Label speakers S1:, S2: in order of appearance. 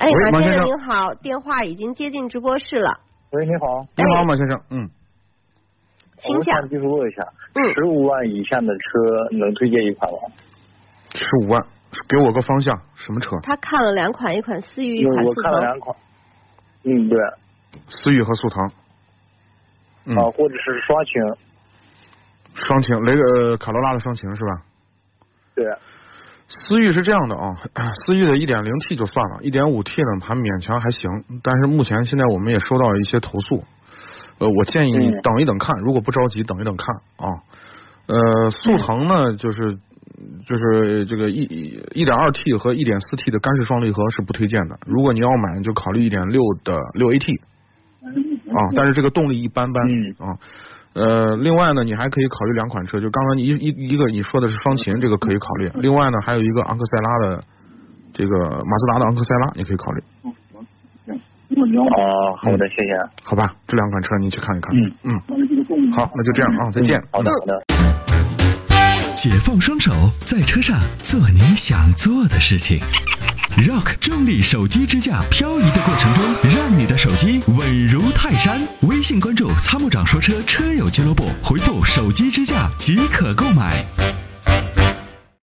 S1: 哎，
S2: 喂
S1: 马
S2: 王
S1: 先
S2: 先
S1: 生
S2: 生
S1: 您好，电话已经接进直播室了，
S3: 喂，你好，
S2: 你好，马先生，嗯，
S1: 哎请
S3: 我
S1: 讲
S3: 想。就是问一下，
S1: 嗯
S3: 十五万以下的车能推荐一款吗？
S2: 十五万，给我个方向，什么车？
S1: 他看了两款，一款思域，一
S3: 因为
S1: 款
S3: 我
S1: 速
S3: 看了
S1: 腾。
S3: 两款，嗯，对，
S2: 思域和速腾。嗯，
S3: 啊，或者是双擎，
S2: 双擎，雷呃卡罗拉的双擎是吧？
S3: 对，
S2: 思域是这样的啊， 思域的一点零 T 就算了，一点五 T 呢还勉强还行，但是目前现在我们也收到一些投诉，呃，我建议你
S3: 嗯
S2: 等一等看，如果不着急，等一等看啊。呃，速腾呢就是就是这个一一点二 T 和一点四 T 的干式双离合是不推荐的，如果你要买就考虑一点六的六 AT 啊，但是这个动力一般般
S3: 嗯
S2: 啊。呃，另外呢，你还可以考虑两款车，就刚才你一一一个你说的是双擎，这个可以考虑。另外呢，还有一个昂克赛拉的这个马自达的昂克赛拉，你可以考虑，嗯
S3: 啊，好的，谢谢，
S2: 好吧？这两款车你去看一看。
S3: 嗯
S2: 嗯，好，那就这样啊，再见。
S3: 好
S1: 嗯
S3: 的，好的。
S4: 解放双手，在车上做你想做的事情。Rock 重力手机支架漂移的过程中，让你的手机稳如泰山。微信关注“参谋长说车”车友俱乐部，回复“手机支架”即可购买。